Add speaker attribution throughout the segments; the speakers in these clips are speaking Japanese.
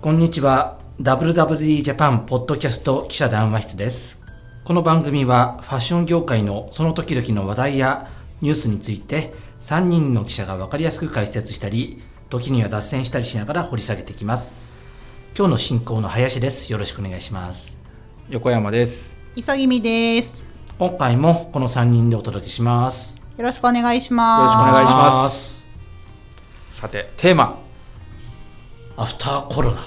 Speaker 1: こんにちは WWD ジャパンポッドキャスト記者談話室ですこの番組はファッション業界のその時々の話題やニュースについて3人の記者が分かりやすく解説したり時には脱線したりしながら掘り下げていきます今日の進行の林ですよろしくお願いします
Speaker 2: 横山です。
Speaker 3: 急ぎみです。
Speaker 1: 今回もこの3人でお届けします
Speaker 3: よろしくお願いしま
Speaker 2: よ
Speaker 3: す。
Speaker 2: ろしくお願いします
Speaker 1: す
Speaker 2: さて、テーマ。
Speaker 1: アフターコロナ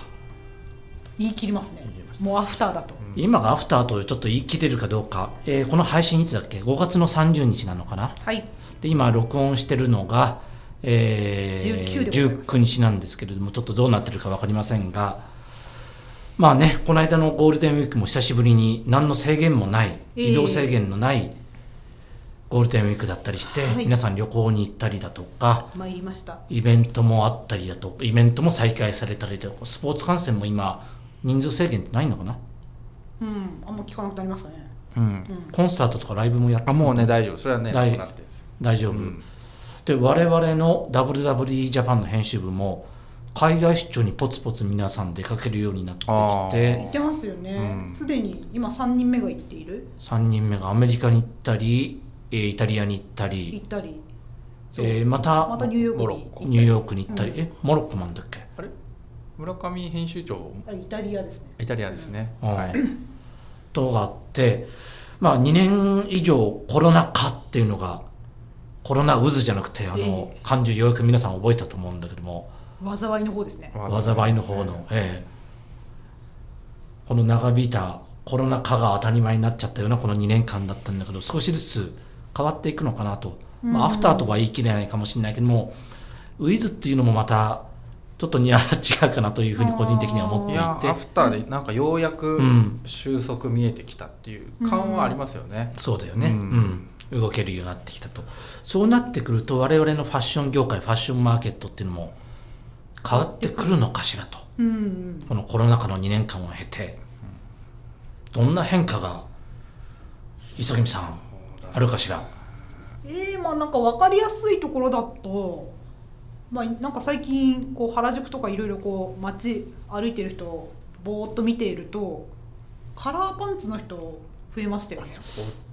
Speaker 3: 言い切りますね。もうアフターだと。
Speaker 1: 今がアフターとちょっと言い切れるかどうか、えーこの配信いつだっけ5月の30日なのかな
Speaker 3: はい。
Speaker 1: で今録音してるのが、え
Speaker 3: 19
Speaker 1: 19,
Speaker 3: でございます
Speaker 1: 日なんですけれどもちょっとどうなってるか分かりませんがまあねこの間のゴールデンウィークも久しぶりに何の制限もない
Speaker 3: ええ
Speaker 1: 移動制限のないゴールデンウィークだったりして、
Speaker 3: はい
Speaker 1: 皆さん旅行に行ったりだとか
Speaker 3: 参りました。
Speaker 1: イベントもあったりだとかイベントも再開されたりだとかスポーツ観戦も今人数制限ってないのかな、
Speaker 3: うん。あんま聞かなくなりましたね。
Speaker 2: うん。
Speaker 1: コンサートとかライブもやって
Speaker 2: あ、もうね、大丈夫。それはね、
Speaker 1: 大
Speaker 2: なくなってるんですよ。
Speaker 1: 大丈夫、で我々の WWD ジャパンの編集部も海外出張にポツポツ皆さん出かけるようになってき
Speaker 3: 行
Speaker 1: て
Speaker 3: ってますよね。すでに今三人目が行っている。
Speaker 1: 3人目がアメリカに行ったり、えーイタリアに行った
Speaker 3: 行
Speaker 1: り、
Speaker 3: ったり。そう
Speaker 1: えーまた
Speaker 3: またニューヨークに行ったり
Speaker 1: ニューヨークに行ったり、えモロッコもあんだっけ
Speaker 2: あれ村上編集長、
Speaker 3: あれイタリアですね。
Speaker 2: イタリアですね。
Speaker 1: うん
Speaker 2: はい。
Speaker 1: とがあって、まあ、2年以上コロナ禍っていうのがコロナ渦じゃなくてあの
Speaker 3: え
Speaker 1: 漢字ようやく皆さん覚えたと思うんだけども。
Speaker 3: 災いの方ですね。
Speaker 1: 災いの方の、ええこの長引いたコロナ禍が当たり前になっちゃったようなこの2年間だったんだけど少しずつ変わっていくのかなと、まあ、アフターとは言い切れないかもしれないけどもウィズっていうのもまたちょっとにや違うかなというふうに個人的には思っ
Speaker 2: い
Speaker 1: て
Speaker 2: や、ア
Speaker 1: いて
Speaker 2: フターで、なんかようやく
Speaker 1: うん
Speaker 2: 収束見えてきたっていう感はありますよね。
Speaker 1: そうだよね、う
Speaker 2: うんん
Speaker 1: 動けるようになってきたとそうなってくると我々のファッション業界ファッションマーケットっていうのも変わってくるのかしらと。
Speaker 3: うんうん。
Speaker 1: このコロナ禍の2年間を経てどんな変化が磯君さんあるかしら
Speaker 3: ええまあなんか分かりやすいところだと、まあ、なんか最近こう原宿とかいろいろこう街歩いてる人をぼーっと見ているとカラーパンツの人増えましたよね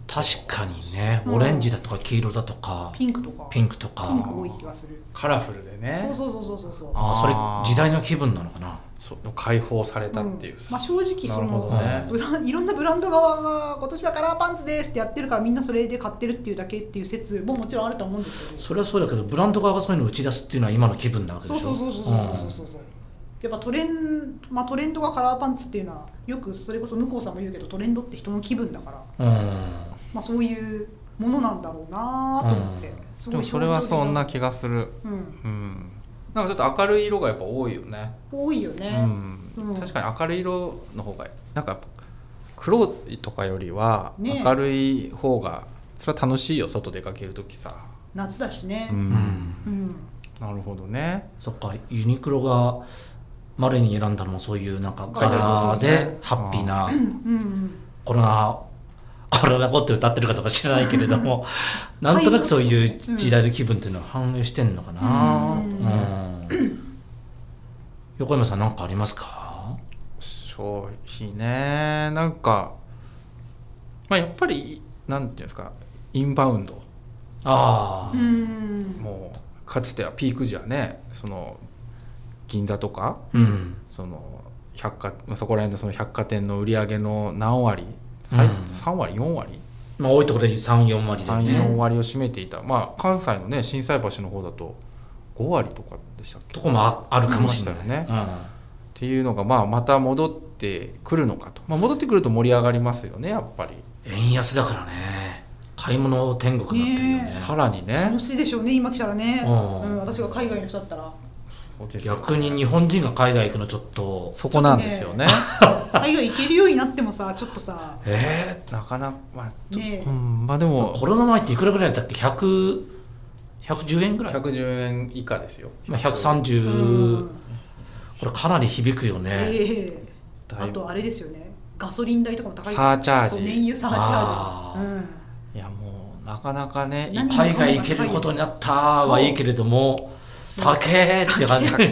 Speaker 1: 確かにね
Speaker 3: うん
Speaker 1: オレンジだとか黄色だとか
Speaker 3: ピンクとか
Speaker 1: ピンクと
Speaker 3: ピン
Speaker 1: か
Speaker 3: ク多い気がする
Speaker 2: カラフルでね。
Speaker 3: そうそうそうそうそうそう
Speaker 1: ああ
Speaker 2: あー
Speaker 1: それ時代の気分なのかな
Speaker 2: そう解放されたっていう
Speaker 3: うん
Speaker 2: さ
Speaker 3: まあ、正直そ
Speaker 2: なるほ
Speaker 3: の、
Speaker 2: どね
Speaker 3: ブランいろんなブランド側が今年はカラーパンツですってやってるからみんなそれで買ってるっていうだけっていう説ももちろんあると思うんですけど
Speaker 1: それはそうだけどブランド側がそういうのを打ち出すっていうのは今の気分なわけで
Speaker 3: そう
Speaker 1: し
Speaker 3: そ
Speaker 1: ょ
Speaker 3: うそうそうそうそうそうやっぱトレン、まあ、トレンドがカラーパンツっていうのはよくそれこそ向こうさんも言うけどトレンドって人の気分だから、
Speaker 1: うんうん
Speaker 3: まあ、そういうものなんだろうなと思って、
Speaker 1: うん
Speaker 3: す
Speaker 2: で
Speaker 3: ご
Speaker 2: も
Speaker 3: い
Speaker 2: それはそんな
Speaker 3: 象徴
Speaker 2: 気がする
Speaker 3: 的な、うん、
Speaker 2: うんなんかちょっと明るい色がやっぱ多いよね
Speaker 3: 多いよね、
Speaker 2: うん
Speaker 3: うん
Speaker 2: 確かに明るい色の方がなんかやっぱ黒とかよりは
Speaker 3: ねえ
Speaker 2: 明るい方がそれは楽しいよ外出かける時さ、
Speaker 3: 夏だしね、
Speaker 2: うん
Speaker 3: うん
Speaker 2: なるほどね
Speaker 1: そっかユニクロが丸に選んだのもそういうなんかカラー
Speaker 3: そうそうそう
Speaker 1: でハッピーな
Speaker 3: うんうん
Speaker 1: コロナコロナ後って歌ってるかとか知らないけれど もなんとなくそういう時代の気分っていうのは反映してんのかな、うん横山さん何かありますか
Speaker 2: 消費ねなんか、まあ、やっぱりなんていうんですかインバウンド
Speaker 1: ああ、
Speaker 3: うん
Speaker 2: もうかつてはピーク時はねその銀座とか
Speaker 1: うん
Speaker 2: その百貨まあそこら辺のその百貨店の売り上げの何割、さい
Speaker 1: うん
Speaker 2: 3割4割
Speaker 1: まあ多いところで34割で
Speaker 2: 34
Speaker 1: ね
Speaker 2: 割を占めていた、まあ関西のね心斎橋の方だと5割とかでしたっけ
Speaker 1: とこもああるかもしれない
Speaker 2: ありまし
Speaker 1: う
Speaker 2: た
Speaker 1: ん
Speaker 2: っていうのがまあまた戻ってくるのかと、まあ、戻ってくると盛り上がりますよねやっぱり、
Speaker 1: 円安だからね買い物天国になってるよね
Speaker 3: ね
Speaker 2: さらにね
Speaker 3: 楽しいでしょうね今来たらね、
Speaker 1: うん
Speaker 3: うん、私が海外の人だったら
Speaker 2: そうですよ
Speaker 1: 逆に日本人が海外行くのちょっと
Speaker 2: そこなんですよね
Speaker 3: 海外行けるようになってもさちょっとさ
Speaker 1: ええ
Speaker 2: なかなかまあ、ちょ
Speaker 3: ねえ
Speaker 2: うん、まあでも
Speaker 1: コロナ前っていくらぐらいだったっけ100 110円ぐらい、
Speaker 2: 110円以下ですよ
Speaker 1: まあ、
Speaker 3: う
Speaker 1: 130
Speaker 3: ん
Speaker 1: これかなり響くよね、
Speaker 3: ええ
Speaker 2: だいぶ
Speaker 3: あとあれですよねガソリン代とかも高い
Speaker 2: サーチャージ
Speaker 3: そう燃油サーチ
Speaker 1: あ
Speaker 3: ャ
Speaker 1: ー
Speaker 3: ージうん
Speaker 2: いやもうなかなかね
Speaker 3: 何
Speaker 1: 海外行けることになったはいいけれども高えっていう感じ
Speaker 3: 高え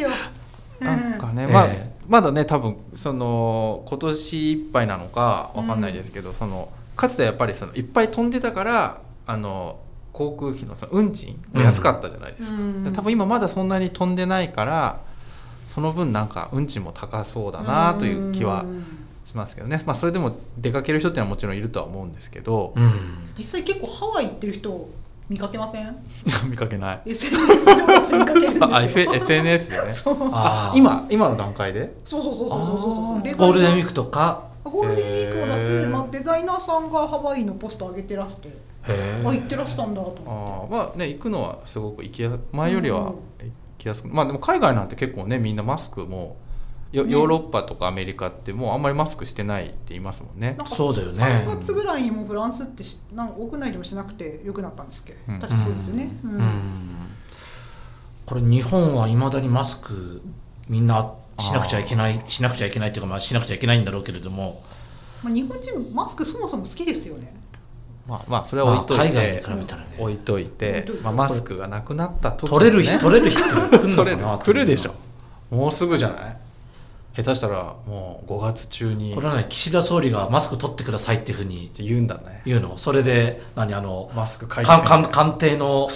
Speaker 3: よ
Speaker 2: なんかね、
Speaker 1: うん
Speaker 2: まあ
Speaker 1: ええ
Speaker 2: まだね多分その今年いっぱいなのかわかんないですけど、そのかつてはやっぱりそのいっぱい飛んでたからあの航空機のその運賃が安かったじゃないですか、
Speaker 3: うん
Speaker 2: で多分今まだそんなに飛んでないからその分なんか運賃も高そうだなという気は
Speaker 3: ん
Speaker 2: しますけどね、まあ、それでも出かける人っていうのはもちろんいるとは思うんですけど、
Speaker 1: うん
Speaker 3: 実際結構ハワイ行ってる人見かけません
Speaker 2: 見かけない
Speaker 3: SNS 上私見かけるんですよ
Speaker 2: あ F SNS でね
Speaker 3: そう
Speaker 2: あ
Speaker 1: あー
Speaker 2: 今今の段階で
Speaker 3: そうそうそうそう
Speaker 1: あ
Speaker 3: そうそう
Speaker 1: ー
Speaker 3: デザイナー
Speaker 1: ゴールデンウィークとか
Speaker 3: ゴールデンウィークも
Speaker 2: へ
Speaker 3: だし、
Speaker 2: ー
Speaker 3: まあ、デザイナーさんがハワイのポスト上げてらしてあ行ってらしたんだと思
Speaker 2: あーまあね行くのはすごく行きや前よりは行きやすく、まあでも海外なんて結構ねみんなマスクもヨ
Speaker 3: ね
Speaker 2: ヨーロッパとかアメリカってもうあんまりマスクしてないって言いますもんね
Speaker 3: ってなんか
Speaker 1: そうだよね
Speaker 3: 3月ぐらいにもフランスってしなんか屋内でもしなくてよくなったんですけど、
Speaker 2: うん
Speaker 3: 確かそうですよね、う
Speaker 1: うんんこれ日本はいまだにマスクみんなしなくちゃいけないしなくちゃいけないっていうかまあしなくちゃいけないんだろうけれども
Speaker 3: まあ、日本人マスクそもそも好きですよね
Speaker 2: まあまあそれは置いとい
Speaker 1: まあ海
Speaker 2: て、
Speaker 1: 外に比べたらね
Speaker 2: 置いといて
Speaker 3: 置いとい、て
Speaker 2: まあ、マスクがなくなった時、ね、
Speaker 1: 取れる日取れる日って来るの
Speaker 2: 取れ
Speaker 1: か
Speaker 2: る
Speaker 1: な
Speaker 2: 来るでしょもうすぐじゃない下手したらもう5月中に
Speaker 1: これはね岸田総理がマスク取ってくださいっていうふうに
Speaker 2: 言うんだね
Speaker 1: 言うのそれで何あの
Speaker 2: マスク解
Speaker 1: 官官官邸の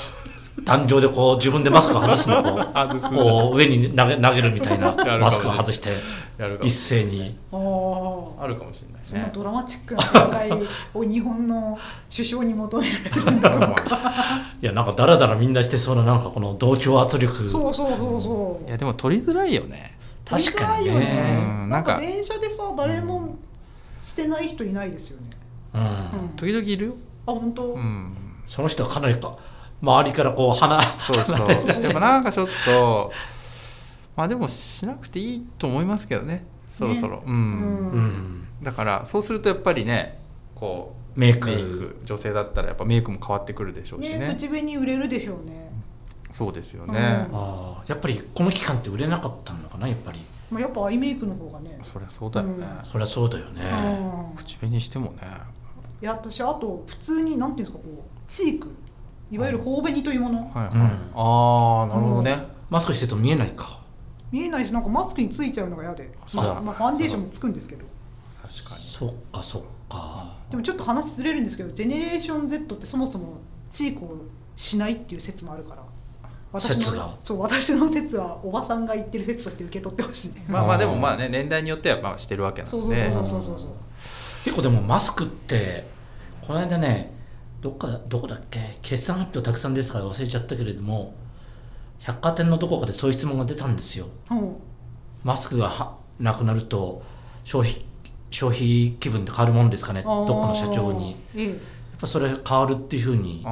Speaker 1: 壇上でこう自分でマスクを外すのを こ
Speaker 2: 外す
Speaker 1: うこう上に投げ投げるみたいな
Speaker 2: もしれない
Speaker 1: マスクを外して
Speaker 2: やるかも
Speaker 1: 一斉に
Speaker 3: ああ
Speaker 2: あるかもしれない
Speaker 3: そんな
Speaker 2: ね
Speaker 3: ドラマチックな展開を日本の首相に求められるんだろうか
Speaker 1: いやなんかだらだらみんなしてそうななんかこの同調圧力
Speaker 3: そうそうそうそう
Speaker 2: いやでも取りづらいよね
Speaker 1: 確かに
Speaker 3: 取りづらいよ
Speaker 1: ね
Speaker 2: うん
Speaker 3: ねなん
Speaker 2: な
Speaker 3: か
Speaker 2: んか
Speaker 3: 電車でさ誰もしてない人いないですよね、
Speaker 1: うん、
Speaker 3: うんあ
Speaker 2: 時々いるよ
Speaker 3: 本当、
Speaker 2: うん
Speaker 1: その人はかなりか周りからこう離
Speaker 2: そうそう。やっぱなんかちょっと、まあでもしなくていいと思いますけどね、そろそろ。う
Speaker 3: うん
Speaker 2: ん。
Speaker 1: うん、
Speaker 2: だから、そうするとやっぱりね、こう、
Speaker 1: メイク
Speaker 2: メイク、女性だったらやっぱメイクも変わってくるでしょうし
Speaker 3: ね
Speaker 2: ね。
Speaker 3: 口紅売れるでしょうね、
Speaker 2: そうですよね。
Speaker 3: うん
Speaker 1: ああやっぱりこの期間って売れなかったのかなやっぱり
Speaker 3: まあ、やっぱアイメイクの方がね、
Speaker 2: そりゃそうだよね。
Speaker 1: そりゃそうだよね、
Speaker 3: うん
Speaker 2: 口紅にしてもね。
Speaker 3: いや私あと普通になんていうんですかこうチークいわゆる頬紅というもの
Speaker 2: はいはい。
Speaker 1: うん
Speaker 2: ああ、なるほどね。
Speaker 1: マスクしてると見えないか
Speaker 3: 見えないしなんかマスクについちゃうのが嫌で
Speaker 2: そうだ
Speaker 3: まあ、ファンデーションもつくんですけど
Speaker 2: 確かに。
Speaker 1: そっかそっか
Speaker 3: でもちょっと話ずれるんですけどジェネレーション z ってそもそもチークをしないっていう説もあるから私の
Speaker 1: 説が
Speaker 3: そう私の説はおばさんが言ってる説として受け取ってほしいね、
Speaker 2: まあまあでもまあね、年代によってはまあしてるわけな
Speaker 3: そう
Speaker 2: の
Speaker 3: そう
Speaker 2: で。
Speaker 3: そうそうそうそう
Speaker 1: 結構でもマスクってこの間ねどっかだどこだっけ決算発表たくさん出てたから忘れちゃったけれども百貨店のどこかでそういう質問が出たんですよ
Speaker 3: うん
Speaker 1: マスクがはなくなると消費消費気分って変わるもんですかねどっかの社長にや
Speaker 3: あーえ
Speaker 1: っぱそれ変わるっていうふうに
Speaker 2: あ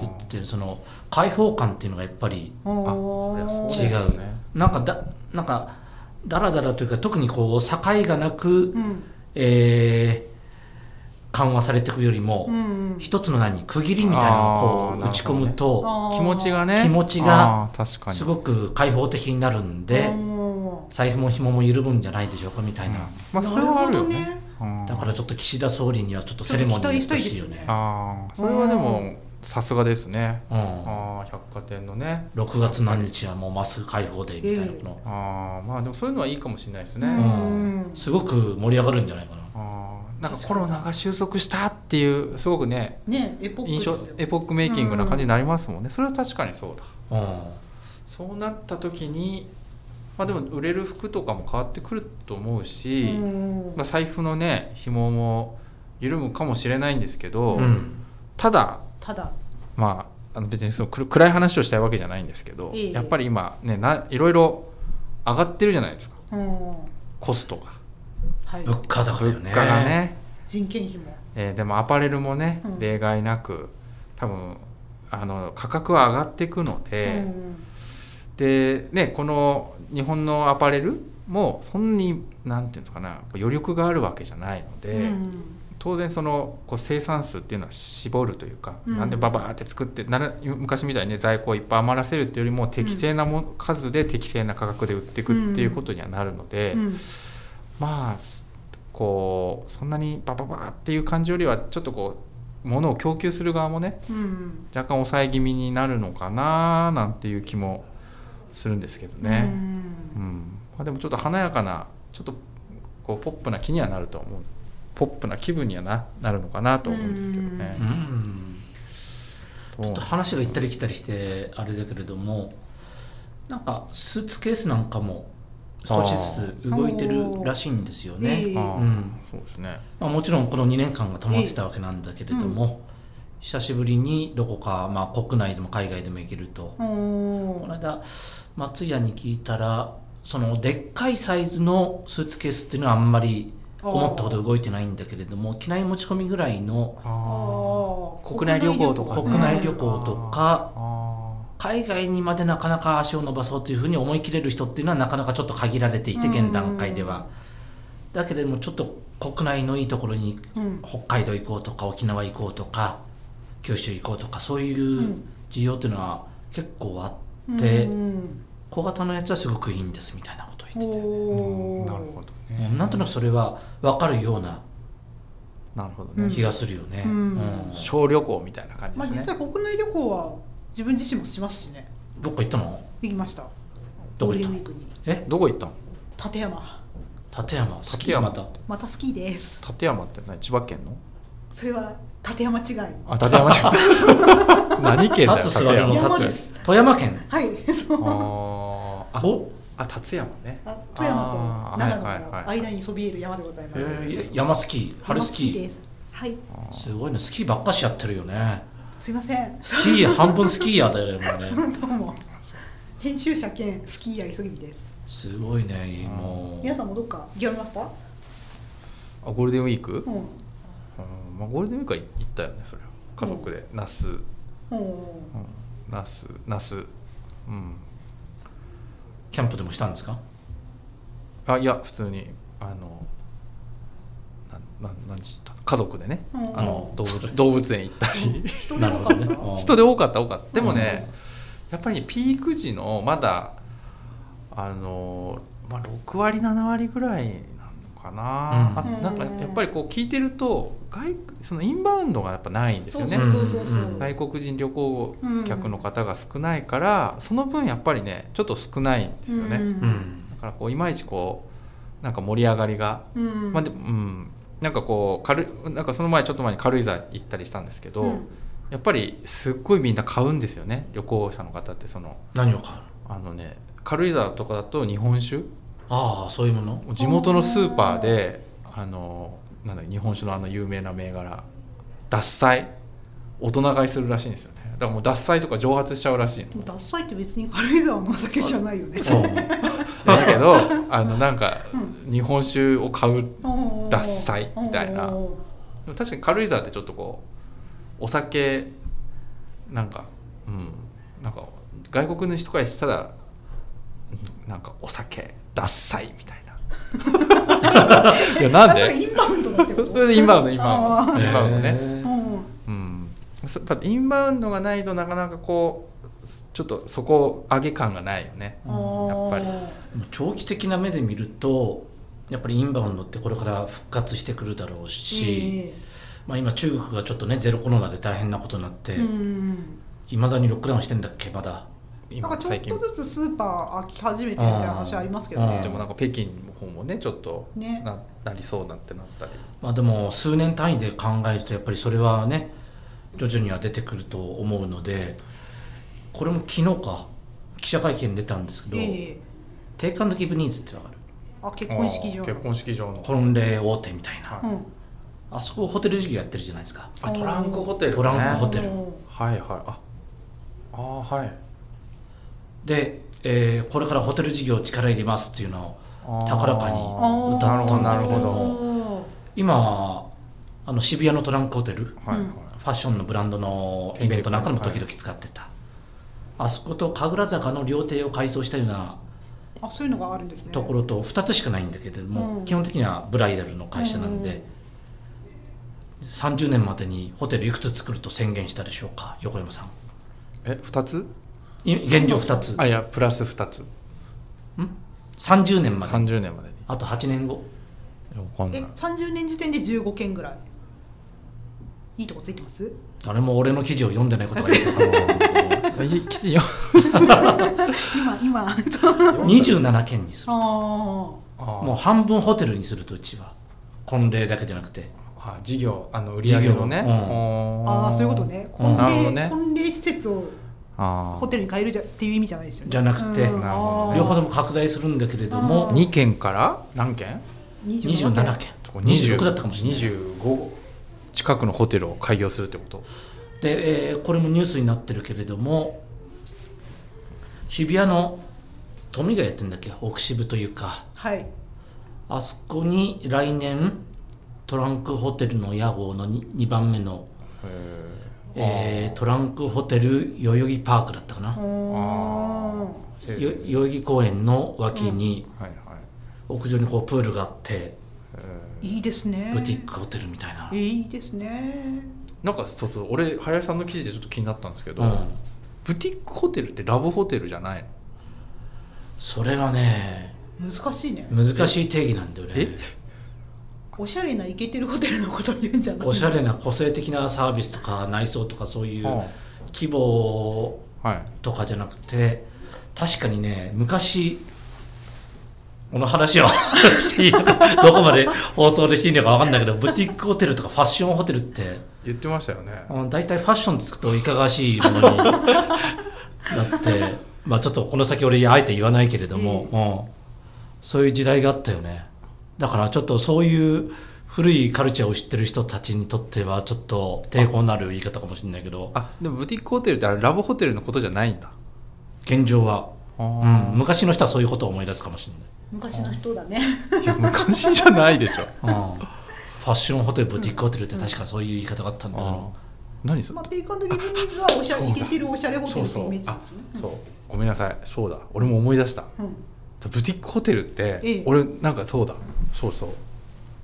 Speaker 1: 言
Speaker 2: ー
Speaker 1: っててその開放感っていうのがやっぱり
Speaker 3: え
Speaker 2: あそりゃそう
Speaker 1: 違
Speaker 2: だよ
Speaker 1: う
Speaker 2: ね。
Speaker 1: なんかだなんかだらだらというか特にこう境がなく、
Speaker 3: うん
Speaker 1: えー緩和されていくよりも、
Speaker 3: うんうん
Speaker 1: 一つの何区切りみたいなのを
Speaker 2: あー
Speaker 1: こ
Speaker 2: なるほ
Speaker 1: う
Speaker 2: ど
Speaker 1: 打ち込むと
Speaker 3: あー
Speaker 2: 気持ちがね
Speaker 1: 気持ちが
Speaker 2: あー確かに
Speaker 1: すごく開放的になるん
Speaker 3: あ
Speaker 1: で
Speaker 3: ー
Speaker 1: 財布も紐も緩むんじゃないでしょうかみたいな、
Speaker 2: まあそれはあるよね
Speaker 3: なるほどね
Speaker 2: うん
Speaker 1: だからちょっと岸田総理にはちょっとセレモニーに行ってほしいよね
Speaker 2: ああそれはでもさすがですね
Speaker 1: うん、
Speaker 2: ああ百貨店のね
Speaker 1: 6月何日はもうマスク開放でみたいなこの、
Speaker 2: ああまあでもそういうのはいいかもしれないですね、
Speaker 3: う
Speaker 2: あ
Speaker 3: ん
Speaker 1: うん、すごく盛り上がるんじゃないかな
Speaker 2: あなんかコロナが収束したっていうすごくね
Speaker 3: ねエポッ
Speaker 2: 印
Speaker 3: ク
Speaker 2: 象
Speaker 3: ですよ
Speaker 2: エポックメイキングな感じになりますもんね、それは確かにそうだ
Speaker 1: うん
Speaker 2: そうなった時にまあでも売れる服とかも変わってくると思うし、
Speaker 3: うん
Speaker 2: まあ、財布のね紐も緩むかもしれないんですけど、
Speaker 1: うん
Speaker 2: ただ
Speaker 3: ただ
Speaker 2: まあ、あの別にそのくる暗い話をしたいわけじゃないんですけど、
Speaker 3: ええ
Speaker 2: やっぱり今ねないろいろ上がってるじゃないですか
Speaker 3: うんは
Speaker 2: コストが
Speaker 3: い
Speaker 1: 物価高だよね
Speaker 2: 物価がね、
Speaker 3: 人件費も
Speaker 2: えーでもアパレルもね、
Speaker 3: うん
Speaker 2: 例外なく多分あの価格は上がっていくので、で、ね、この日本のアパレルもそんなになんていうんですかな余力があるわけじゃないので、当然そのこう生産数っていうのは絞るというか、
Speaker 3: うん
Speaker 2: なんでババーって作ってなる昔みたいにね在庫をいっぱい余らせるっていうよりも適正なも、数で適正な価格で売っていくっていうことにはなるので、まあこうそんなにバババーっていう感じよりはちょっとこう物を供給する側もね若干抑え気味になるのかななんていう気もするんですけどね。
Speaker 3: ね
Speaker 2: うんまあ、でもちょっと華やかなちょっとこうポップな気にはなると思うポップな気分にはななるのかなと思うんですけどね
Speaker 1: う。ん
Speaker 2: と
Speaker 1: ちょっと話が行ったり来たりしてあれだけれどもなんかスーツケースなんかも少しずつ動いてるらしいんですよね、
Speaker 3: ええ
Speaker 2: ああ
Speaker 1: うん
Speaker 2: そうですね
Speaker 1: まあ、もちろんこの2年間が止まってたわけなんだけれども、久しぶりにどこか、まあ、国内でも海外でも行けると、
Speaker 3: お
Speaker 1: こ
Speaker 3: ー
Speaker 1: の間松屋に聞いたらそのでっかいサイズのスーツケースっていうのはあんまり思ったほど動いてないんだけれども機内持ち込みぐらいの
Speaker 2: あ
Speaker 3: あー
Speaker 2: 国内旅行とかね
Speaker 1: 国内旅行とか
Speaker 2: あ
Speaker 1: 海外にまでなかなか足を伸ばそうというふうに思い切れる人っていうのはなかなかちょっと限られていて
Speaker 3: うん
Speaker 1: 現段階では。だけれどもちょっと国内のいいところに
Speaker 3: うん
Speaker 1: 北海道行こうとか沖縄行こうとか九州行こうとかそうい
Speaker 3: ん
Speaker 1: う需要っていうのは結構あ
Speaker 3: うん
Speaker 1: って
Speaker 3: うん
Speaker 1: 小型のやつはすごくいいんですみたいなことを言ってて
Speaker 3: おー
Speaker 2: なるほど
Speaker 1: う
Speaker 2: ね
Speaker 1: んなんとなくそれは分かるような
Speaker 2: なるほどね、
Speaker 1: 気がするよね。
Speaker 3: う
Speaker 1: う
Speaker 3: ん
Speaker 1: ん
Speaker 2: 小旅行みたいな感じ
Speaker 3: ま
Speaker 2: で
Speaker 3: あ
Speaker 2: すね
Speaker 3: 実、際国内旅行は自分自身もしますしね
Speaker 1: どっか行ったの
Speaker 3: 行きました
Speaker 1: ど
Speaker 3: ゴ
Speaker 1: こ
Speaker 3: ール
Speaker 1: 行った
Speaker 3: デンウ
Speaker 1: の
Speaker 3: ィークに
Speaker 1: え
Speaker 2: どこ行ったの
Speaker 3: 立山
Speaker 1: 立山スキー
Speaker 2: 立山
Speaker 1: また
Speaker 3: また好きです
Speaker 2: 立山って何千葉県の
Speaker 3: それは立山違い
Speaker 2: あ立山じゃん何県だよ
Speaker 1: 立つ
Speaker 2: 立
Speaker 1: 座るの
Speaker 2: 山
Speaker 3: 山
Speaker 1: 立
Speaker 3: です
Speaker 1: つ富山県
Speaker 3: はい そう
Speaker 2: あーあ
Speaker 1: お
Speaker 2: あ立山ね
Speaker 3: あ富山
Speaker 2: あー
Speaker 3: と長野
Speaker 2: はいはい
Speaker 3: の
Speaker 2: はい
Speaker 3: 間にそびえる山でございます、
Speaker 1: えー山スキー春スキ
Speaker 3: 山
Speaker 1: ー
Speaker 3: ですはい
Speaker 1: すごいねスキーばっかしやってるよね
Speaker 3: すいません
Speaker 1: スキー半分スキーヤーだよねもうね
Speaker 3: どうも編集者兼スキーヤー急ぎです
Speaker 1: すごいねも
Speaker 3: 皆
Speaker 1: う
Speaker 3: さんもどっか行きました
Speaker 2: あゴールデンウィーク、
Speaker 3: うん
Speaker 2: うんまあ、ゴールデンウィークは行ったよねそれは家族で那須、うん、
Speaker 3: うん
Speaker 2: 那須那須うん
Speaker 1: キャンプでもしたんですか
Speaker 2: あいや普通にあのなななんつった家族でね、
Speaker 3: うん
Speaker 2: あの動
Speaker 1: それ
Speaker 2: 物動物園行ったり
Speaker 3: 人
Speaker 1: な
Speaker 3: で
Speaker 1: る
Speaker 3: も
Speaker 1: ほ
Speaker 3: か
Speaker 1: どねうん
Speaker 2: 人で多かった多かったでもね、やっぱりピーク時のまだあの、まあ、6割7割ぐらいなのかな、
Speaker 1: うん
Speaker 2: あなんか
Speaker 3: うん
Speaker 2: やっぱりこう聞いてると外そのインバウンドがやっぱないんです
Speaker 3: そ
Speaker 2: よ
Speaker 3: う
Speaker 2: ね。
Speaker 3: そうそうそうそう
Speaker 1: うん
Speaker 2: 外国人旅行客の方が少ないから、その分やっぱりねちょっと少ないんですよね、だ
Speaker 1: うん
Speaker 2: からこういまいちこうなんか盛り上がりが
Speaker 3: うん
Speaker 2: まあでもうん、なんかこう軽いなんかその前ちょっと前に軽井沢行ったりしたんですけど、
Speaker 3: うん
Speaker 2: やっぱりすっごいみんな買うんですよね旅行者の方ってその
Speaker 1: 何を買うの
Speaker 2: あのね軽井沢とかだと日本酒
Speaker 1: ああそういうもの
Speaker 2: 地元のスーパーであのなんだ日本酒のあの有名な銘柄獺祭大人買いするらしいんですよねだからもう脱菜とか蒸発しちゃうらしいの
Speaker 3: でもダッサいって別に軽井沢のお酒じゃないよね
Speaker 1: そう
Speaker 2: だけ どあのなんか
Speaker 3: う
Speaker 2: 日本酒を買う
Speaker 3: おー
Speaker 2: ダッサいみたいな
Speaker 3: お
Speaker 2: でも確かに軽井沢ってちょっとこうお酒なんかうんなんか外国の人からしたらうんなんかお酒ダッサいみたい ないや
Speaker 3: ー
Speaker 2: なん
Speaker 3: あそれ
Speaker 2: で
Speaker 3: インバウンドだ ってこと
Speaker 2: それでインバウンドインバウンド
Speaker 1: へー
Speaker 2: インバウンドね、
Speaker 3: うん
Speaker 2: うんそやっぱインバウンドがないとなかなかこうちょっとそこ上げ感がないよねやっぱり
Speaker 1: 長期的な目で見るとやっぱりインバウンドってこれから復活してくるだろうし、
Speaker 3: え
Speaker 1: まあ、今中国がちょっとねゼロコロナで大変なことになって
Speaker 3: えうん
Speaker 1: いま、未だにロックダウンしてんだっけまだ
Speaker 3: なん
Speaker 2: 今
Speaker 3: かちょっ
Speaker 2: 最近
Speaker 3: とずつスーパー開き始めてみたいな話ありますけど
Speaker 1: うん
Speaker 2: で
Speaker 3: ね
Speaker 2: もなんか北京の方もねちょっと
Speaker 3: ね
Speaker 2: ななりそうなんてなったり
Speaker 1: まあ、でも数年単位で考えるとやっぱりそれはね徐々には出てくると思うのでこれも昨日か記者会見出たんですけど、
Speaker 3: ええ
Speaker 1: テイクアンドギブニーズってわかる
Speaker 3: あ結婚式場
Speaker 2: あー結婚式場の
Speaker 1: 婚礼大手みたいな、
Speaker 2: は
Speaker 3: うん
Speaker 1: あそこホテル事業やってるじゃないですか
Speaker 2: あトランクホテル、ね、
Speaker 1: トランクホテル
Speaker 3: うん
Speaker 2: はいはいああーはい
Speaker 1: で、えーこれからホテル事業力入れますっていうのを
Speaker 2: あー
Speaker 1: 高らかに
Speaker 3: あ
Speaker 1: 歌
Speaker 3: ー
Speaker 1: ったんだ
Speaker 2: な
Speaker 1: け
Speaker 2: る
Speaker 1: れど
Speaker 2: ほどなるほど
Speaker 3: お
Speaker 1: 今あの渋谷のトランクホテルフ
Speaker 2: はいはい、
Speaker 1: ァッションのブランドのイベントなんかでも時々使ってたあそこと神楽坂の料亭を改装したような
Speaker 3: ーあそういうのがあるんですね
Speaker 1: ところと2つしかないんだけれども、
Speaker 3: うん
Speaker 1: 基本的にはブライダルの会社なんで、
Speaker 3: うん
Speaker 1: 30年までにホテルいくつ作ると宣言したでしょうか横山さん
Speaker 2: え二つ
Speaker 1: い現状2つ
Speaker 2: あいやプラス二つ
Speaker 1: 30年まで
Speaker 2: 三十年までに
Speaker 1: あと8年後
Speaker 2: わかんな
Speaker 3: え
Speaker 2: い
Speaker 3: 30年時点で15件ぐらいいいとこついてます
Speaker 1: 誰も俺の記事を読んでないことがいる
Speaker 2: いいき ついよ
Speaker 3: 今今 あ
Speaker 1: 27件にする
Speaker 3: あ
Speaker 1: もう
Speaker 2: もう
Speaker 1: 半分ホテルにするとうちは婚礼だけじゃなくて
Speaker 2: あ事業あの売り上げのね
Speaker 1: 事業うん
Speaker 2: おー
Speaker 3: あーそういうことね
Speaker 1: うん
Speaker 3: 婚
Speaker 2: なるほ
Speaker 3: 礼、
Speaker 2: どね
Speaker 3: 婚礼施設を
Speaker 2: あ
Speaker 3: ホテルに変えるじゃっていう意味じゃないですよね
Speaker 1: じゃなくて
Speaker 3: うん
Speaker 2: なるほどね
Speaker 1: 両方とも拡大するんだけれど
Speaker 3: あ
Speaker 1: も
Speaker 3: ー
Speaker 2: 2件から何件
Speaker 1: 27
Speaker 3: 27
Speaker 1: 件
Speaker 2: そこ20
Speaker 1: 26だったかもしれない
Speaker 2: 25近くのホテルを開業するってこと
Speaker 1: で、えーこれもニュースになってるけれども渋谷の富がやってんだっけ奥渋というか
Speaker 3: はい
Speaker 1: あそこに来年トランクホテルの屋号の 2, 番目の、えートランクホテル代々木パークだったかな、
Speaker 3: おー
Speaker 2: え
Speaker 1: よ
Speaker 2: ー
Speaker 1: 代々木公園の脇に
Speaker 2: はいはい
Speaker 1: 屋上にこうプールがあって
Speaker 2: えー
Speaker 3: いいですね
Speaker 1: ブティックホテルみたいな、
Speaker 3: えーいいですね
Speaker 2: なんかそうそう俺林さんの記事でちょっと気になったんですけど、
Speaker 1: うん、
Speaker 2: ブティックホテルってラブホテルじゃないの
Speaker 1: それがね
Speaker 3: 難しいね
Speaker 1: 難しい定義なんだよね
Speaker 2: え
Speaker 3: おしゃれなイケてるホテルのことを言うんじゃない
Speaker 1: おしゃれな個性的なサービスとか内装とかそういう規模
Speaker 2: あはい
Speaker 1: とかじゃなくて確かにね昔この話を していいのかどこまで放送でしていいのか分かんないけどブティックホテルとかファッションホテルって
Speaker 2: 言ってましたよね
Speaker 1: うん大体ファッションでつくといかがわしいものに なってまあちょっとこの先俺あえて言わないけれども、うんそういう時代があったよねだからちょっとそういう古いカルチャーを知ってる人たちにとってはちょっと抵抗のある言い方かもしれないけど
Speaker 2: あでもブティックホテルってあれラブホテルのことじゃないんだ
Speaker 1: 現状は、うん、
Speaker 2: あ
Speaker 1: 昔の人はそういうことを思い出すかもしれない
Speaker 3: 昔の人だね
Speaker 2: ー いや昔じゃないでしょ
Speaker 1: うんファッションホテルブティックホテルって確かそういう言い方があったんだけど、
Speaker 2: 何それ
Speaker 3: まあ、定価のディズニーズはおしゃ
Speaker 2: そう
Speaker 3: れ
Speaker 2: だ
Speaker 3: イケてるおしゃれホテ
Speaker 2: そ
Speaker 3: ル
Speaker 2: う
Speaker 3: って
Speaker 2: そ
Speaker 3: イ
Speaker 2: う
Speaker 3: メージで
Speaker 2: あ
Speaker 3: すよね
Speaker 2: そうごめんなさいそうだ俺も思い出した
Speaker 3: うんうん
Speaker 2: ブティックホテルって、
Speaker 3: ええ
Speaker 2: 俺なんかそうだそうそう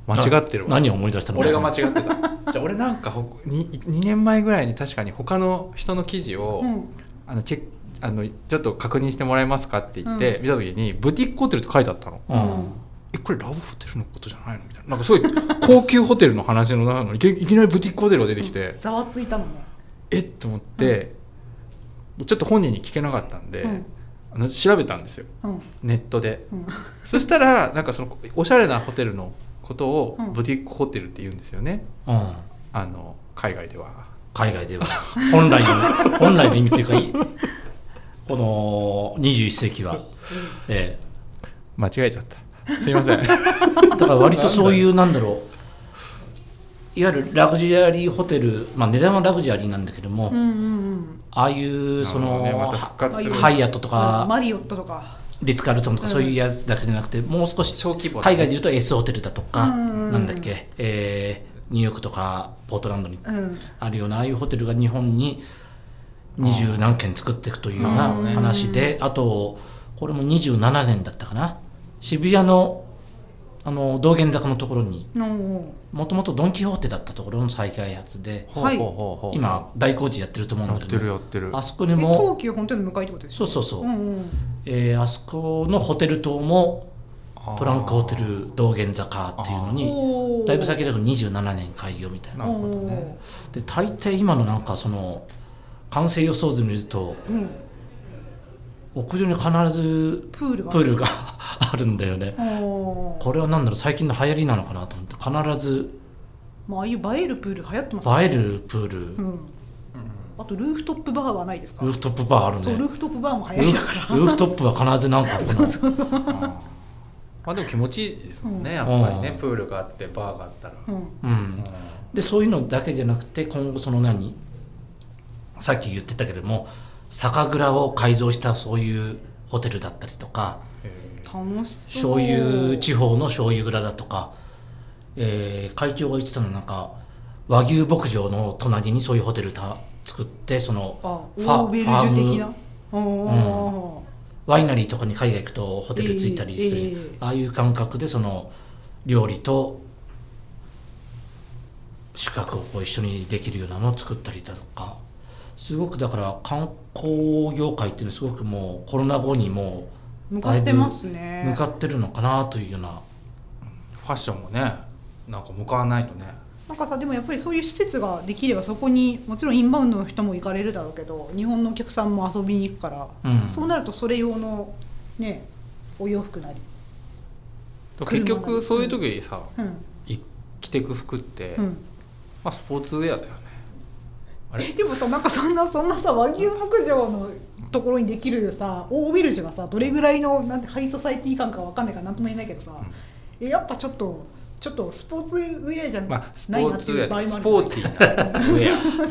Speaker 2: 間違ってるわ
Speaker 1: な何を思い出したの
Speaker 2: 俺が間違ってたじゃあ俺なんかほ 2, 2年前ぐらいに確かに他の人の記事を、
Speaker 3: うん
Speaker 2: あのチェックあのちょっと確認してもらえますかって言って、見た時にブティックホテルって書いてあったの
Speaker 1: うん
Speaker 2: えこれラブホテルのことじゃないのみたいななんかすごい高級ホテルの話の中のいきいきなりブティックホテルが出てきて、
Speaker 3: ざわついたのね
Speaker 2: えっと思って、ちょっと本人に聞けなかったんで、
Speaker 3: うん
Speaker 2: あの調べたんですよ
Speaker 3: うん
Speaker 2: ネットで
Speaker 3: うん
Speaker 2: そしたらなんかそのおしゃれなホテルのことを
Speaker 3: うん
Speaker 2: ブティックホテルって言うんですよね、
Speaker 1: うん
Speaker 2: あの海外では
Speaker 1: 海外では本来の本来の意味というかいこの21世紀は、え
Speaker 2: 間違えちゃっ たすいません
Speaker 1: えだから割とそういうなんだろういわゆるラグジュアリーホテル、まあ、値段はラグジュアリーなんだけども、
Speaker 3: うんうんうん
Speaker 1: ああいうその、
Speaker 2: なるほどねまた復活
Speaker 3: する
Speaker 1: ハイアットと
Speaker 3: あ
Speaker 1: か
Speaker 3: マリオットとか
Speaker 1: リッツ・カールトンとかそういうやつだけじゃなくてもう少し
Speaker 2: 小規模な
Speaker 1: 海外でいうと S ホテルだとか、
Speaker 3: うん
Speaker 1: なんだっけ、えーニューヨークとかポートランドに
Speaker 3: うん
Speaker 1: あるようなああいうホテルが日本に二十何軒作っていくというような
Speaker 2: うん
Speaker 1: 話で、あとこれも27年だったかな渋谷のあの道玄坂のところに
Speaker 3: の
Speaker 1: もともとドン・キホーテだったところの再開発で
Speaker 2: ほう
Speaker 3: はい
Speaker 2: ほうほうほう
Speaker 1: 今大工事やってると思うん
Speaker 2: や
Speaker 1: だ
Speaker 2: っ
Speaker 1: け
Speaker 2: て
Speaker 1: ど
Speaker 2: る
Speaker 1: ね、
Speaker 2: やってる
Speaker 1: あそこにも
Speaker 3: 東急本店の向かいってことです
Speaker 1: そう
Speaker 3: よ
Speaker 1: そうそう、
Speaker 3: ねうんうん
Speaker 1: えーあそこのホテル棟もトランクホテ
Speaker 2: あー
Speaker 1: ル道玄坂っていうのに
Speaker 3: おー
Speaker 1: だいぶ先だけど27年開業みたいな
Speaker 2: なるほどね
Speaker 1: で大抵今のなんかその完成予想図見ると
Speaker 3: おーうん
Speaker 1: 屋上に必ず
Speaker 3: プールが
Speaker 1: プールが あるんだよね
Speaker 3: おー
Speaker 1: これは何だろう最近の流行りなのかなと思って必ず
Speaker 3: まあああいう映えるプール流行ってます
Speaker 1: 映えるプール
Speaker 3: う
Speaker 1: ル
Speaker 3: んあとルーフトップバーはないですか
Speaker 1: ーフトップバーあるね
Speaker 3: そうルーフトップバーも流行りだから
Speaker 1: ルールーフトップは必ず何 かあっての
Speaker 2: あーまあでも気持ちいいですもんね、やっぱりね、
Speaker 1: うん
Speaker 2: プールがあってバーがあったら、
Speaker 3: うん
Speaker 1: うんでそういうのだけじゃなくて今後その何さっき言ってたけども酒蔵を改造したそういうホテルだったりとか
Speaker 3: 楽しそう
Speaker 1: 醤油地方の醤油蔵だとか、えー会長が言ってたのはなんか和牛牧場の隣にそういうホテルた作ってそ
Speaker 3: あ
Speaker 1: の
Speaker 3: オ
Speaker 1: ファ
Speaker 3: ーベルジュ的
Speaker 1: ファー
Speaker 3: な
Speaker 1: ム
Speaker 3: おー
Speaker 1: ワイナリーとかに海外行くとホテルついたりする、
Speaker 3: ええええ
Speaker 1: ああいう感覚でその料理と宿泊をこう一緒にできるようなのを作ったりだとかすごくだから観光業界っていうのはすごくもうコロナ後にもう
Speaker 3: 向かってますね
Speaker 1: 向かってるのかなというような。
Speaker 2: ファッションもねなんか向かわないとね
Speaker 3: なんかさでもやっぱりそういう施設ができればそこにもちろんインバウンドの人も行かれるだろうけど日本のお客さんも遊びに行くから、
Speaker 1: うん
Speaker 3: そうなるとそれ用のねお洋服なり、
Speaker 2: と結局そういう時にさ、
Speaker 3: うん
Speaker 2: い着てく服って、
Speaker 3: うん、
Speaker 2: まあ、スポーツウェアだよねあれ
Speaker 3: えでもさなんかそんなそんなさ和牛牧場のところにできるさ大ビルジュがさどれぐらいのなんてハイソサイティ感かわかんないからなんとも言えないけどさ、えやっぱちょっとちょっとスポーツウェアじゃ
Speaker 2: まあスポ
Speaker 3: ないな
Speaker 2: ー
Speaker 3: って
Speaker 2: ツウ
Speaker 3: い
Speaker 2: ェア
Speaker 3: う場合
Speaker 2: だ
Speaker 3: もあるじ
Speaker 2: ス
Speaker 3: ゃん
Speaker 2: ポーティーなウェア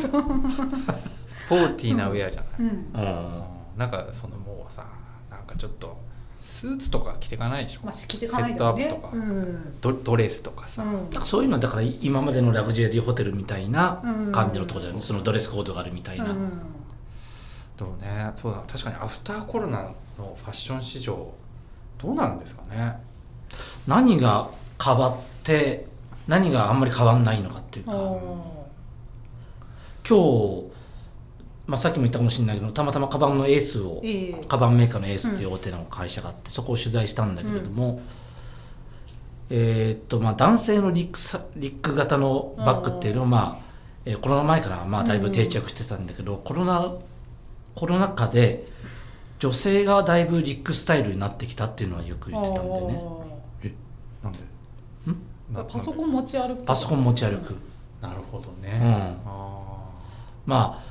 Speaker 2: スポーティーなウェアじゃない、
Speaker 3: う
Speaker 1: う
Speaker 3: ん
Speaker 1: ん
Speaker 2: うんなんかそのもうさなんかちょっとスーツとか着てかないでしょ、
Speaker 3: まあ、着てかない
Speaker 2: セッ
Speaker 3: だ
Speaker 2: トア
Speaker 3: ろう
Speaker 2: ップ
Speaker 3: ね
Speaker 2: とか、
Speaker 3: うん
Speaker 2: ドドレスとかさ、
Speaker 3: うん
Speaker 1: そういうのはだから今までのラグジュアリーホテルみたいな
Speaker 3: うん
Speaker 1: 感じのところだよねそのドレスコードがあるみたいな、
Speaker 3: うん
Speaker 2: でもねそうだ確かにアフターコロナのファッション市場どうなるんですかね
Speaker 1: 何が変わって何があんまり変わんないのかっていうか今
Speaker 3: お
Speaker 1: 日、まあ、さっきも言ったかもしれないけどたまたまカバンのエースを、
Speaker 3: ーええ
Speaker 1: カバンメーカーのエースっていう大手の会社があって、そこを取材したんだけれども、えーっとまあ男性のリュックサリュック型のバッグっていうのは、まあえーコロナ前からまあだいぶ定着してたんだけど、コロナコロナ禍で女性がだいぶリュックスタイルになってきたっていうのはよく言ってたんだよね
Speaker 2: なんで
Speaker 3: あーパソ
Speaker 2: ン
Speaker 3: コン持ち歩く
Speaker 1: パソコン持ち歩く、
Speaker 2: なるほど
Speaker 1: う
Speaker 2: ね、
Speaker 1: ん
Speaker 2: ああ
Speaker 1: まあ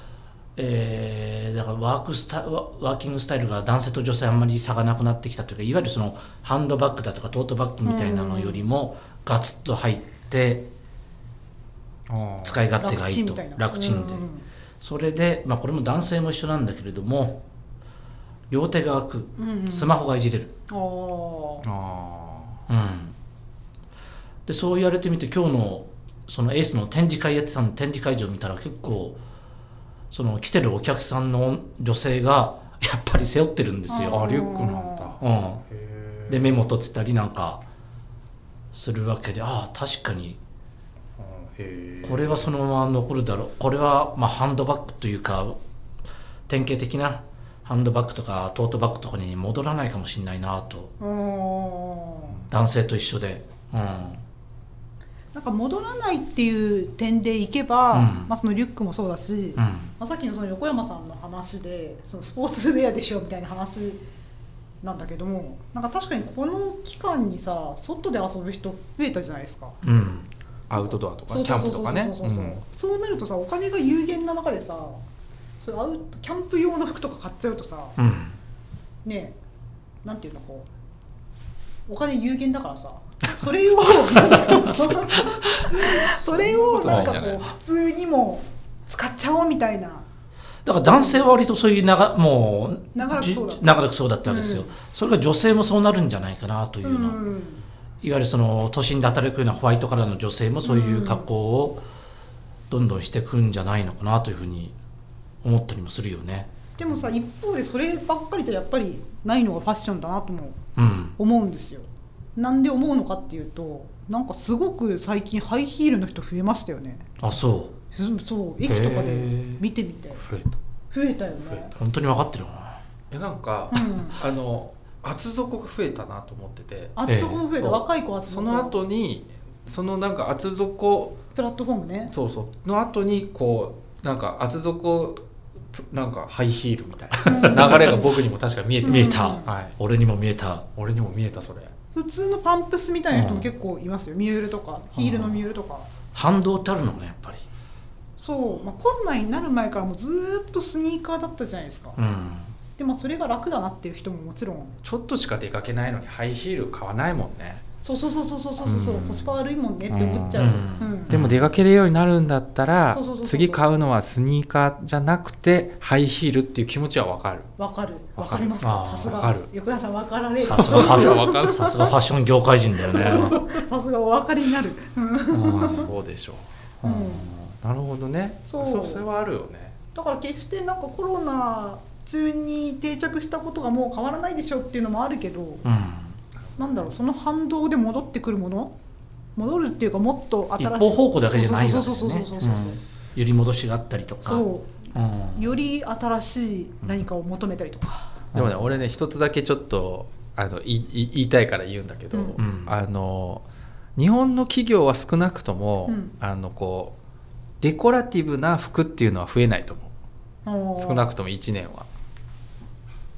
Speaker 1: えーだからワークスタワワーキングスタイルが男性と女性あんまり差がなくなってきたというかいわゆるそのハンドバッグだとかトートバッグみたいなのよりもガツッと入って
Speaker 2: ああ
Speaker 1: 使い勝手がいいと
Speaker 3: 楽ちんみたいな
Speaker 1: 楽ちんで
Speaker 3: うん
Speaker 1: それで、まあ、これも男性も一緒なんだけれども両手が空く
Speaker 3: うんうん
Speaker 1: スマホがいじれる、
Speaker 3: おー
Speaker 2: あ
Speaker 1: うん、でそう言われてみて今日のそのエースの展示会やってたの展示会場見たら結構その来てるお客さんの女性が やっぱり背負ってるんです
Speaker 2: ー
Speaker 1: よ、
Speaker 2: あリュックなんだ
Speaker 1: うん、
Speaker 2: へ
Speaker 1: でメモ取ってたりなんかするわけでああ確かに
Speaker 2: え
Speaker 1: これはそのまま残るだろうこれはまあハンドバッグというか典型的なハンドバッグとかトートバッグとかに戻らないかもしれないなと
Speaker 3: おー
Speaker 1: 男性と一緒で、うん、
Speaker 3: なんか戻らないっていう点でいけば、
Speaker 1: うん
Speaker 3: まあ、そのリュックもそうだし、
Speaker 1: う
Speaker 3: ま
Speaker 1: ん、
Speaker 3: あ、さっきのその横山さんの話でそのスポーツウェアでしょみたいな話なんだけどもなんか確かにこの期間にさ外で遊ぶ人増えたじゃないですか。
Speaker 1: うん、
Speaker 2: アウトドアとか
Speaker 3: そ
Speaker 2: ね
Speaker 3: う
Speaker 2: キ
Speaker 3: そ
Speaker 2: ャン
Speaker 3: う
Speaker 2: プと
Speaker 3: そうそう
Speaker 2: かね
Speaker 3: そうそうそうそうなるとさお金が有限な中でさそういうアウトキャンプ用の服とか買っちゃうとさ
Speaker 1: うん、
Speaker 3: ねえなんていうのこうお金有限だからさそれをなんていうのそれをなんかこう普通にも使っちゃおうみたいな
Speaker 1: だから男性は割とそういう長もう
Speaker 3: 長らく
Speaker 1: じ
Speaker 3: そうだった
Speaker 1: 長らくそうだったわけですよ、
Speaker 3: うん
Speaker 1: それが女性もそうなるんじゃないかなという
Speaker 3: う
Speaker 1: ような、いわ
Speaker 3: ん
Speaker 1: ゆるその都心で働くようなホワイトカラーの女性もそういう格好をどんどんしてくんじゃないのかなというふうに思ったりもするよね。
Speaker 3: でもさ一方でそればっかりじゃやっぱりないのがファッションだなとも
Speaker 1: うん
Speaker 3: 思うんですよなんで思うのかっていうとなんかすごく最近ハイヒールの人増えましたよね
Speaker 1: あそう
Speaker 3: そうそう駅とか
Speaker 2: へ
Speaker 3: で
Speaker 2: え
Speaker 3: 見てみて
Speaker 2: 増えた
Speaker 3: 増えたよ
Speaker 2: 増え
Speaker 3: ね
Speaker 2: た
Speaker 1: 本当に分かってるのかな
Speaker 2: えなんか、
Speaker 3: うん
Speaker 2: あの厚底が増えたなと思ってて
Speaker 3: 厚底も増え
Speaker 2: ええ
Speaker 3: た若い子は厚
Speaker 2: そ
Speaker 3: 底
Speaker 2: の後にそのなんか厚底
Speaker 3: プラットフォームね
Speaker 2: そうそうの後にこうなんか厚底プなんかハイヒールみたいな流れが僕にも確か見えて
Speaker 3: うん
Speaker 1: 見えた
Speaker 2: はい
Speaker 1: 俺にも見えた
Speaker 2: 俺にも見えたそれ
Speaker 3: 普通のパンプスみたいな人も結構いますよ、ミュールとかヒールのミュールとか、
Speaker 1: 反動ってあるのかなやっぱり
Speaker 3: そう、まあ、コロナになる前からもうずーっとスニーカーだったじゃないですか、
Speaker 1: うん
Speaker 3: でまあそれが楽だなっていう人ももちろん
Speaker 2: ちょっとしか出かけないのにハイヒール買わないもんね
Speaker 3: そうそうそうそうそうそうそう、
Speaker 2: うん
Speaker 3: コスパ悪いもんねって思っちゃう、
Speaker 1: う
Speaker 3: うんん
Speaker 2: でも出かけるようになるんだったら
Speaker 3: そうそうそうそう
Speaker 2: 次買うのはスニーカーじゃなくてハイヒールっていう気持ちはわかる。
Speaker 3: わかる
Speaker 2: わ
Speaker 3: わ
Speaker 2: か
Speaker 3: か
Speaker 2: る
Speaker 3: ります
Speaker 1: あ
Speaker 3: か
Speaker 1: ー
Speaker 3: さす
Speaker 2: わか
Speaker 3: が
Speaker 2: る
Speaker 3: 横山さんわかられる
Speaker 1: さ
Speaker 3: さ
Speaker 1: す
Speaker 3: す
Speaker 1: が
Speaker 3: が
Speaker 1: ファ
Speaker 2: いやわかる
Speaker 1: ッさすがファッション業界人だよね
Speaker 3: お分かりになる、うん
Speaker 2: ああそうでしょう、
Speaker 3: うん
Speaker 2: なるほどね
Speaker 3: そう
Speaker 2: それはあるよね
Speaker 3: だから決してなんかコロナ中に定着したことがもう変わらないでしょっていうのもあるけど、
Speaker 1: うん
Speaker 3: なんだろうその反動で戻ってくるもの戻るっていうかもっと新しい
Speaker 1: 一方方向だけじゃないわけ
Speaker 3: そう
Speaker 1: だ
Speaker 3: そう
Speaker 1: よ
Speaker 3: そうそう
Speaker 1: ね
Speaker 3: そう
Speaker 1: う
Speaker 3: そう,、
Speaker 1: ん揺り戻しがあったりとか
Speaker 3: そう
Speaker 1: うん
Speaker 3: より新しい何かを求めたりとか、
Speaker 2: でもね俺ね一つだけちょっとあのいい言いたいから言うんだけど、
Speaker 3: うん
Speaker 1: うん
Speaker 2: あの日本の企業は少なくとも、
Speaker 3: うん
Speaker 2: あのこうデコラティブな服っていうのは増えないと思う少な
Speaker 3: く
Speaker 2: くとも1年は。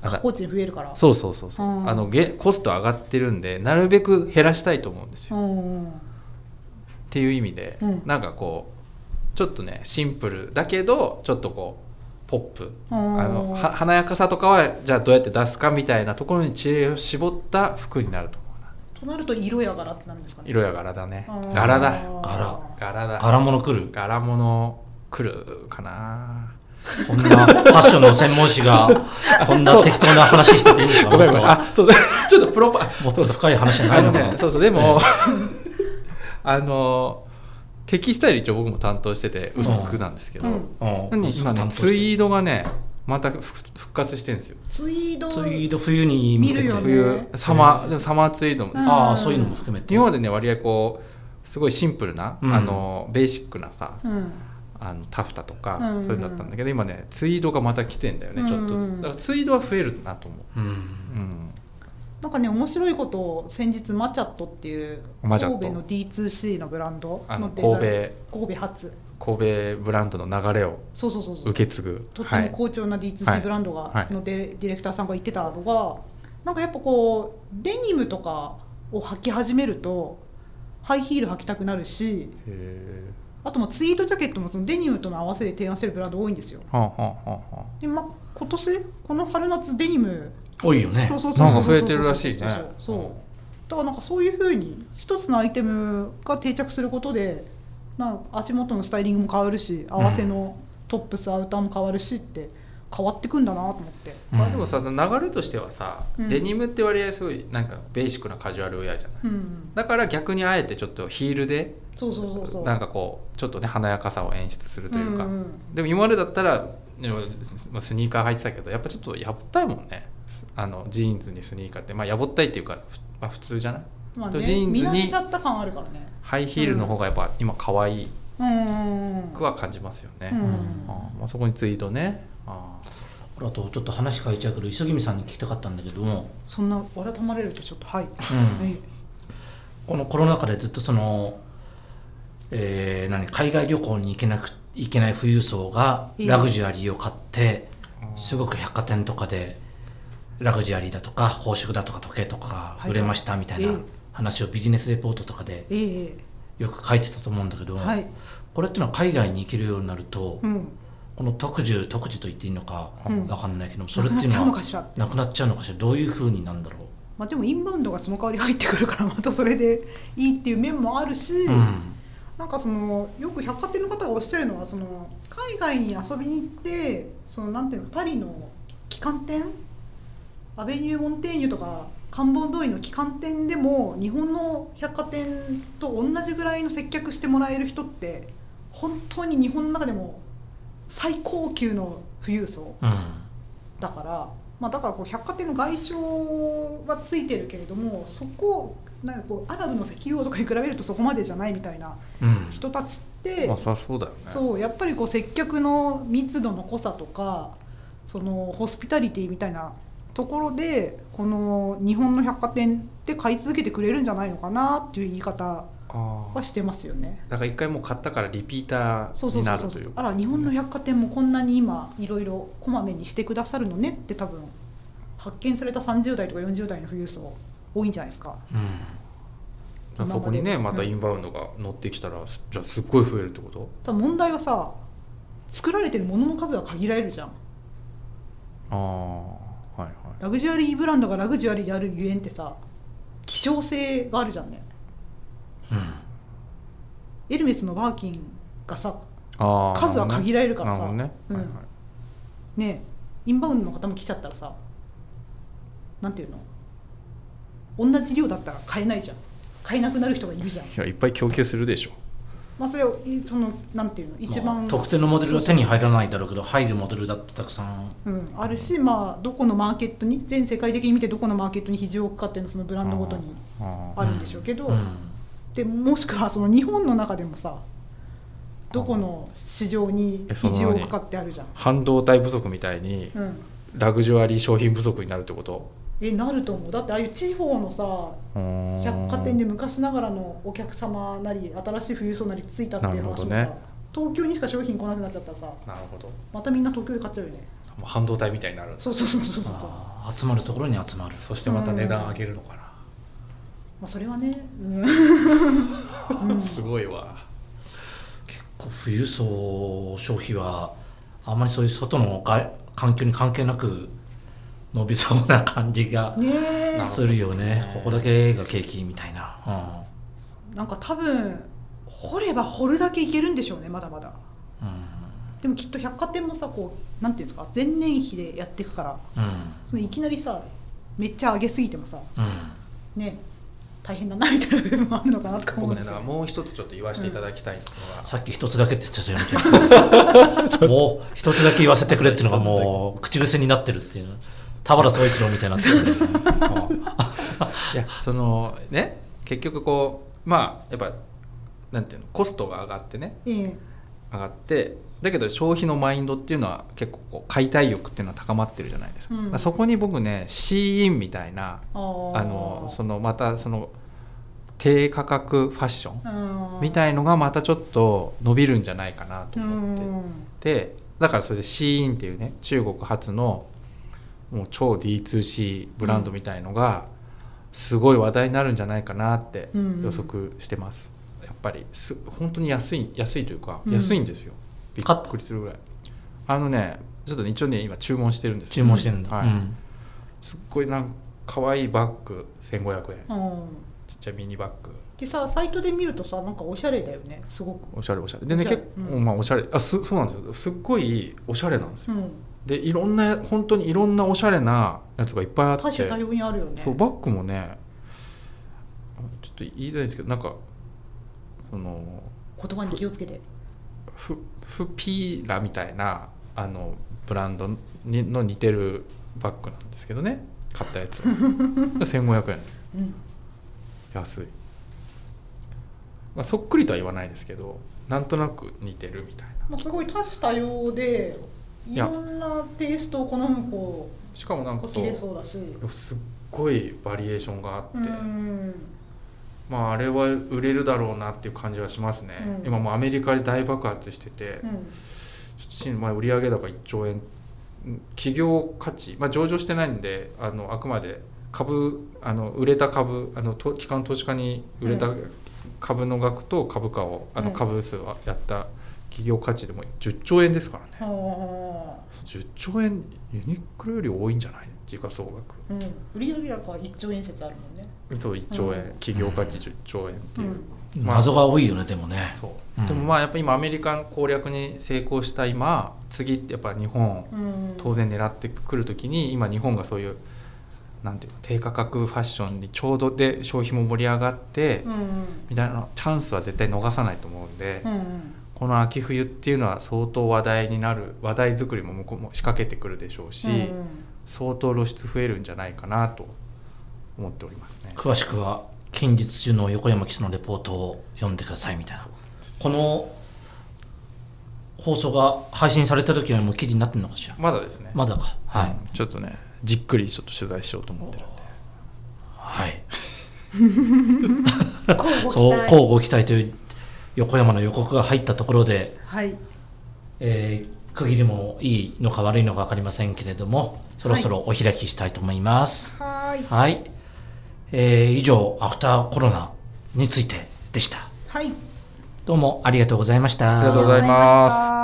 Speaker 3: 過去値増えるから
Speaker 2: そうそうそうそう、
Speaker 3: うん
Speaker 2: あのげコスト上がってるんでなるべく減らしたいと思うんですよ、っ
Speaker 3: うんうん
Speaker 2: ていう意味で、
Speaker 3: うん
Speaker 2: なんかこうちょっとねシンプルだけどちょっとこうポップ
Speaker 3: あ
Speaker 2: あのは華やかさとかはじゃあどうやって出すかみたいなところに知恵を絞った服になると思うな
Speaker 3: となると色や柄ってなるんですかね
Speaker 2: 色や柄だね
Speaker 3: あー
Speaker 2: 柄だ
Speaker 1: 柄
Speaker 2: 柄だ
Speaker 1: 柄物来る
Speaker 2: 柄物来るかな
Speaker 1: こんなファッションの専門誌がこんな適当な話してていいんですか
Speaker 2: ごめんご
Speaker 1: も
Speaker 2: め
Speaker 1: っ
Speaker 2: ん
Speaker 1: と
Speaker 2: あそう ちょっとプロパ
Speaker 1: もっと深い話じゃな
Speaker 2: あ
Speaker 1: い
Speaker 2: の
Speaker 1: のか
Speaker 2: ね
Speaker 1: な、
Speaker 2: そうそうでも、 あのテキスタイル一応僕も担当してて薄くなんですけど、
Speaker 3: うん
Speaker 1: うん
Speaker 2: 何今ねツイードがねまた復復活してるんですよ
Speaker 3: ツイード
Speaker 1: ツイード冬に向けて、
Speaker 3: 見るよね
Speaker 2: 冬サ
Speaker 1: う
Speaker 2: マー
Speaker 1: ん
Speaker 2: でもサマーツイードも、
Speaker 3: うん
Speaker 1: ああそういうのも含めて
Speaker 2: 今までね割合こうすごいシンプルな、
Speaker 1: うん
Speaker 2: あのベーシックなさ
Speaker 3: うん
Speaker 2: あのタフタとか、
Speaker 3: うん
Speaker 2: そういうのだったんだけど今ねツイードがまた来てんだよね、ちょっと
Speaker 3: うん
Speaker 2: ずつだからツイードは増えるなと思
Speaker 1: う
Speaker 2: う、
Speaker 1: ん
Speaker 2: うん、
Speaker 3: なんかね面白いことを先日マチャットっていう
Speaker 2: マ
Speaker 3: 神
Speaker 2: チャッ
Speaker 3: 戸
Speaker 2: ト
Speaker 3: の D2C のブランド
Speaker 2: あの
Speaker 3: デザイン
Speaker 2: 神
Speaker 3: 神戸発
Speaker 2: 神戸ブランドの流れを
Speaker 3: そうそうそうそう
Speaker 2: 受け継ぐ
Speaker 3: とっても好調な
Speaker 2: は
Speaker 3: D2C
Speaker 2: い
Speaker 3: ブランド
Speaker 2: は
Speaker 3: が
Speaker 2: い
Speaker 3: のデディレクターさんが言ってたのがなんかやっぱこうデニムとかを履き始めるとハイヒール履きたくなるし
Speaker 2: へ
Speaker 3: あともうツイートジャケットもそのデニムとの合わせで提案してるブランド多いんですよ
Speaker 2: ーはあはあはあはあ
Speaker 3: で、まあ、今年この春夏デニム
Speaker 1: 多いよね
Speaker 3: そうそうそう
Speaker 2: な
Speaker 3: そ
Speaker 2: ん
Speaker 3: う
Speaker 2: か増えてるらしいね
Speaker 3: そうそうだからなんかそういうふうに一つのアイテムが定着することでなんか足元のスタイリングも変わるし合わせのトップスアウターも変わるしって変わってくんだなと思って
Speaker 2: うんまあでもさその流れとしてはさ、
Speaker 3: うん
Speaker 2: デニムって割合すごいなんかベーシックなカジュアルウェアじゃない
Speaker 3: うん
Speaker 2: だから逆にあえてちょっとヒールで
Speaker 3: そうそうそうそう
Speaker 2: なんかこうちょっとね華やかさを演出するというか、
Speaker 3: んん
Speaker 2: でも今までだったらでもススニーカー履いてたけどやっぱちょっとやぼったいもんねあのジーンズにスニーカーってまあやぼったいっていうか、ふまあ、普通じゃない
Speaker 3: まあ
Speaker 2: と
Speaker 3: ね、
Speaker 2: ジーンズに
Speaker 3: 見慣れちゃった感あるからね
Speaker 2: ハイヒールの方がやっぱ今可愛
Speaker 3: うんうんうん
Speaker 2: くは感じますよね、
Speaker 3: うん
Speaker 2: あーまあ、そこにツイートねあー
Speaker 1: これあとちょっと話変えちゃうけど磯君さんに聞きたかったんだけども、
Speaker 3: そんな笑たまれるとちょっとはい、はい
Speaker 1: このコロナ禍でずっとその、えー何海外旅行に行けなく行けない富裕層が
Speaker 3: うん
Speaker 1: ラグジュアリーを買って、すごく百貨店とかでラグジュアリーだとか宝飾だとか時計とか
Speaker 3: は
Speaker 1: が
Speaker 3: い
Speaker 1: 売れましたみたいな
Speaker 3: うん
Speaker 1: 話をビジネスレポートとかで
Speaker 3: ええ
Speaker 1: よく書いてたと思うんだけど、
Speaker 3: はい
Speaker 1: これっていうのは海外に行けるようになると、
Speaker 3: うん
Speaker 1: この特需特需と言っていいのか
Speaker 3: うん
Speaker 1: わかんないけども、そ
Speaker 3: な
Speaker 1: れっ
Speaker 3: く
Speaker 1: て
Speaker 3: な
Speaker 1: いう
Speaker 3: っちゃうの
Speaker 1: のは
Speaker 3: かしらって
Speaker 1: なくなっちゃうのかしらどういうふうになんだろ
Speaker 3: まあ、でもインバウンドがその代わり入ってくるからまたそれでいいっていう面もあるし、
Speaker 1: う、うん
Speaker 3: なんかそのよく百貨店の方がおっしゃるのはその海外に遊びに行ってそのなんていうのパリの旗艦店アベニュー・モンテーニュとかカンボン通りの旗艦店でも日本の百貨店と同じぐらいの接客してもらえる人って本当に日本の中でも最高級の富裕層
Speaker 1: うん
Speaker 3: だから、まあ、だからこう百貨店の外傷はついてるけれどもそこなんかこうアラブの石油王とかに比べるとそこまでじゃないみたいな
Speaker 1: うん
Speaker 3: 人たちって、
Speaker 2: まあそりゃそうだよね
Speaker 3: そうやっぱりこう接客の密度の濃さとかそのホスピタリティみたいなところでこの日本の百貨店って買い続けてくれるんじゃないのかなっていう言い方
Speaker 2: あー
Speaker 3: はしてますよね。
Speaker 2: だから一回もう買ったからリピータ
Speaker 3: そう
Speaker 2: ー
Speaker 3: そう
Speaker 2: に
Speaker 3: そ
Speaker 2: なる
Speaker 3: うそう
Speaker 2: という
Speaker 3: あら日本の百貨店もこんなに今いろいろこまめにしてくださるのねって多分発見された30代とか40代の富裕層多いんじゃないですか
Speaker 1: うん
Speaker 2: だからそこにね
Speaker 3: 今ま
Speaker 2: また
Speaker 3: で
Speaker 2: インバウンドが乗ってきたらすじゃあすっごい増えるってこと
Speaker 3: ただ問題はさ作られてるものの数は限られるじゃん
Speaker 2: ああはいはい
Speaker 3: ラグジュアリーブランドがラグジュアリーであるゆえんってさ希少性があるじゃんね
Speaker 1: う
Speaker 3: エルメスのバーキンがさ
Speaker 2: あー
Speaker 3: 数は限られるからさ
Speaker 2: なるほどね
Speaker 3: うん
Speaker 2: はいはい
Speaker 3: ねインバウンドの方も来ちゃったらさなんていうの同じ量だったら買えないじゃん買えなくなる人がいるじゃん
Speaker 2: いやいっぱい供給するでしょ
Speaker 3: まあ、それをいそのなんていうの
Speaker 1: ん
Speaker 3: 一番、
Speaker 1: まあ特定のモデルは手に入らないだろうけど入るモデルだってたくさん
Speaker 3: うん、あるし、まあ、どこのマーケットに全世界的に見てどこのマーケットに比重を置くかっていうのはそのブランドごとに
Speaker 2: あ
Speaker 3: あるんでしょうけど、
Speaker 1: うん
Speaker 3: でもしくはその日本の中でもさどこの市場に
Speaker 2: え
Speaker 3: 比
Speaker 2: その
Speaker 3: 重を置くかってあるじゃん。
Speaker 2: 半導体不足みたいに
Speaker 3: うん
Speaker 2: ラグジュアリー商品不足になるってこと
Speaker 3: えなると思うだってああいう地方のさ百貨店で昔ながらのお客様なり新しい富裕層なりついたっていう話もさ、
Speaker 2: なるほどね
Speaker 3: 東京にしか商品来なくなっちゃったらさ
Speaker 2: なるほども
Speaker 3: またみんな東京で買っちゃうよね
Speaker 2: う半導体みたいになる
Speaker 3: そうそうそうそうそうま
Speaker 1: あー集まるところに集まる
Speaker 2: そしてまた値段上げるのか
Speaker 3: あそれはねうん、
Speaker 2: な、
Speaker 3: うん
Speaker 2: すごいわ
Speaker 1: 結構富裕層消費はあんまりそういう外の外環境に関係なく伸びそうな感じが
Speaker 3: ねえ
Speaker 2: なるほど
Speaker 1: するよね
Speaker 2: ね
Speaker 1: ここだけが景気みたいな、
Speaker 3: なんか多分掘れば掘るだけいけるんでしょうねまだまだ
Speaker 1: うん
Speaker 3: でもきっと百貨店もさこうなんていうんですか前年比でやっていくから
Speaker 1: うん
Speaker 3: そのいきなりさめっちゃ上げすぎてもさ
Speaker 1: うん
Speaker 3: ね大変だなみたいな部分もあるのかなとか思う
Speaker 2: 僕
Speaker 3: ん
Speaker 2: ね
Speaker 3: で
Speaker 2: だ
Speaker 3: す
Speaker 2: か
Speaker 3: よ
Speaker 2: らもう一つちょっと言わせていただきたいのが、
Speaker 1: さっき一つだけって言ってたような気 がするもう一つだけ言わせてくれっていうのがもう口癖になってるっていう田原総一郎みたいになってる、うん
Speaker 2: いやそのね結局こうまあやっぱなんていうのコストが上がってね
Speaker 3: ええ
Speaker 2: 上がってだけど消費のマインドっていうのは結構こう解体欲っていうのは高まってるじゃないですか,、
Speaker 3: うん
Speaker 2: だからそこに僕ねシーインみたいな
Speaker 3: あー
Speaker 2: あのそのまたその低価格ファッション
Speaker 3: うん
Speaker 2: みたいのがまたちょっと伸びるんじゃないかなと
Speaker 3: う
Speaker 2: 思って、
Speaker 3: ん
Speaker 2: でだからそれでシーインっていうね中国発のもう超 D2C ブランドみたいのがすごい話題になるんじゃないかなって
Speaker 3: うんうん
Speaker 2: 予測してます、やっぱりす本当に安い安いというか
Speaker 3: うん
Speaker 2: 安いんですよ、び
Speaker 1: 買っ
Speaker 2: っくりするぐらいあのねちょっとね一応ね今注文してるんです
Speaker 1: 注文してるんだ、
Speaker 2: はい
Speaker 1: うん
Speaker 2: すっごいなんか可愛いバッグ1500円
Speaker 3: うん
Speaker 2: ちっちゃいミニバッグ
Speaker 3: でさサイトで見るとさなんかおしゃれだよねすごく
Speaker 2: おしゃれおしゃれでね
Speaker 3: おしゃれ
Speaker 2: 結構、
Speaker 3: うん
Speaker 2: まあおしゃれあすそうなんですよすっごいおしゃれなんですよ
Speaker 3: うん
Speaker 2: でいろんな本当にいろんなおしゃれなやつがいっぱいあって
Speaker 3: 多種多様にあるよね
Speaker 2: そうバッグもねちょっと言いづらいですけどなんかその
Speaker 3: 言葉に気をつけて
Speaker 2: フフピーラみたいなあのブランドにの似てるバッグなんですけどね買ったや つを1500円
Speaker 3: うん
Speaker 2: 安い、まあ、そっくりとは言わないですけどなんとなく似てるみたいな
Speaker 3: まあ、すごい多種多様でいろんなテイストを好む子
Speaker 2: しかもなんか
Speaker 3: が
Speaker 2: そ
Speaker 3: 切れ
Speaker 2: う
Speaker 3: そうだし
Speaker 2: すっごいバリエーションがあって、
Speaker 3: うん
Speaker 2: まあ、あれは売れるだろうなっていう感じはしますね、
Speaker 3: うん
Speaker 2: 今もうアメリカで大爆発してて、
Speaker 3: う
Speaker 2: ちょ
Speaker 3: ん
Speaker 2: っと新まあ売上高1兆円うん企業価値、まあ、上場してないんであのあくまで株あの売れた株あのと機関投資家に売れた
Speaker 3: う
Speaker 2: 株の額と株価をあ
Speaker 3: う
Speaker 2: の
Speaker 3: ん
Speaker 2: 株数をやった企業価値でも10兆円ですからね、
Speaker 3: あ
Speaker 2: 10兆円ユニクロより多いんじゃない時価総額
Speaker 3: ーうん、売上高1兆円説あるもんね、
Speaker 2: そう1兆円、
Speaker 3: うん
Speaker 2: 企業価値10兆円っていう、まあ
Speaker 1: 謎が多いよねでもね
Speaker 2: そう、
Speaker 1: うん
Speaker 2: でもまあやっぱ今アメリカの攻略に成功した今次ってやっぱ日本
Speaker 3: うん、
Speaker 2: 当然狙ってくる時に今日本がそういうなんていうか低価格ファッションにちょうどで消費も盛り上がって
Speaker 3: うんうん
Speaker 2: みたいなチャンスは絶対逃さないと思うんで、
Speaker 3: うんうん
Speaker 2: この秋冬っていうのは相当話題になる話題作りも向こうも仕掛けてくるでしょうし、
Speaker 3: うんうん
Speaker 2: 相当露出増えるんじゃないかなと思っておりますね。
Speaker 1: 詳しくは近日中の横山記者のレポートを読んでくださいみたいなこの放送が配信された時にはもう記事になってるのかしら
Speaker 2: まだですね、
Speaker 1: まだかはい、
Speaker 2: うんちょっとねじっくりちょっと取材しようと思ってるんで。
Speaker 1: はい
Speaker 3: 交互期待
Speaker 1: そう交互期待という横山の予告が入ったところで、
Speaker 3: はい
Speaker 1: えー区切りもいいのか悪いのか分かりませんけれどもそろそろお開きしたいと思います
Speaker 3: はーい
Speaker 1: はい、えー以上アフターコロナについてでした
Speaker 3: はい
Speaker 1: どうもありがとうございました
Speaker 2: ありがとうございます
Speaker 3: ありがとうございました